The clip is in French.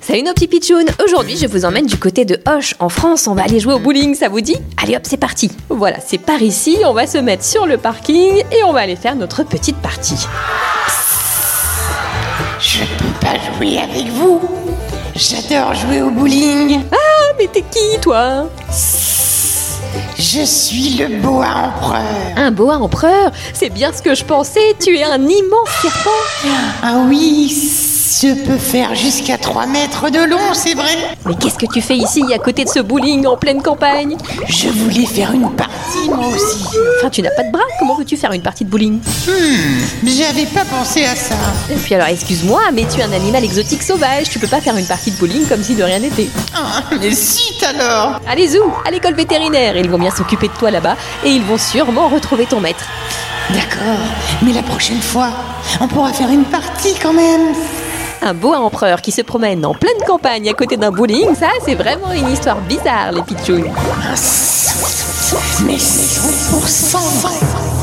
Salut nos petits pitchouns Aujourd'hui, je vous emmène du côté de Hoche, en France. On va aller jouer au bowling, ça vous dit Allez hop, c'est parti Voilà, c'est par ici, on va se mettre sur le parking et on va aller faire notre petite partie. Je peux pas jouer avec vous. J'adore jouer au bowling. Ah, mais t'es qui, toi Je suis le boa empereur. Un boa empereur C'est bien ce que je pensais, tu es un immense serpent Ah oui, je peux faire jusqu'à 3 mètres de long, c'est vrai. Mais qu'est-ce que tu fais ici, à côté de ce bowling, en pleine campagne Je voulais faire une partie moi aussi. Enfin, tu n'as pas de bras, comment veux-tu faire une partie de bowling Hmm, j'avais pas pensé à ça. Et puis alors, excuse-moi, mais tu es un animal exotique sauvage, tu peux pas faire une partie de bowling comme si de rien n'était. Ah, mais zut alors. Allez zoo, à l'école vétérinaire, ils vont bien s'occuper de toi là-bas et ils vont sûrement retrouver ton maître. D'accord, mais la prochaine fois, on pourra faire une partie quand même. Un boa empereur qui se promène en pleine campagne à côté d'un bowling, ça c'est vraiment une histoire Ah, bizarre les pitchouns. Mais c'est 100% vrai.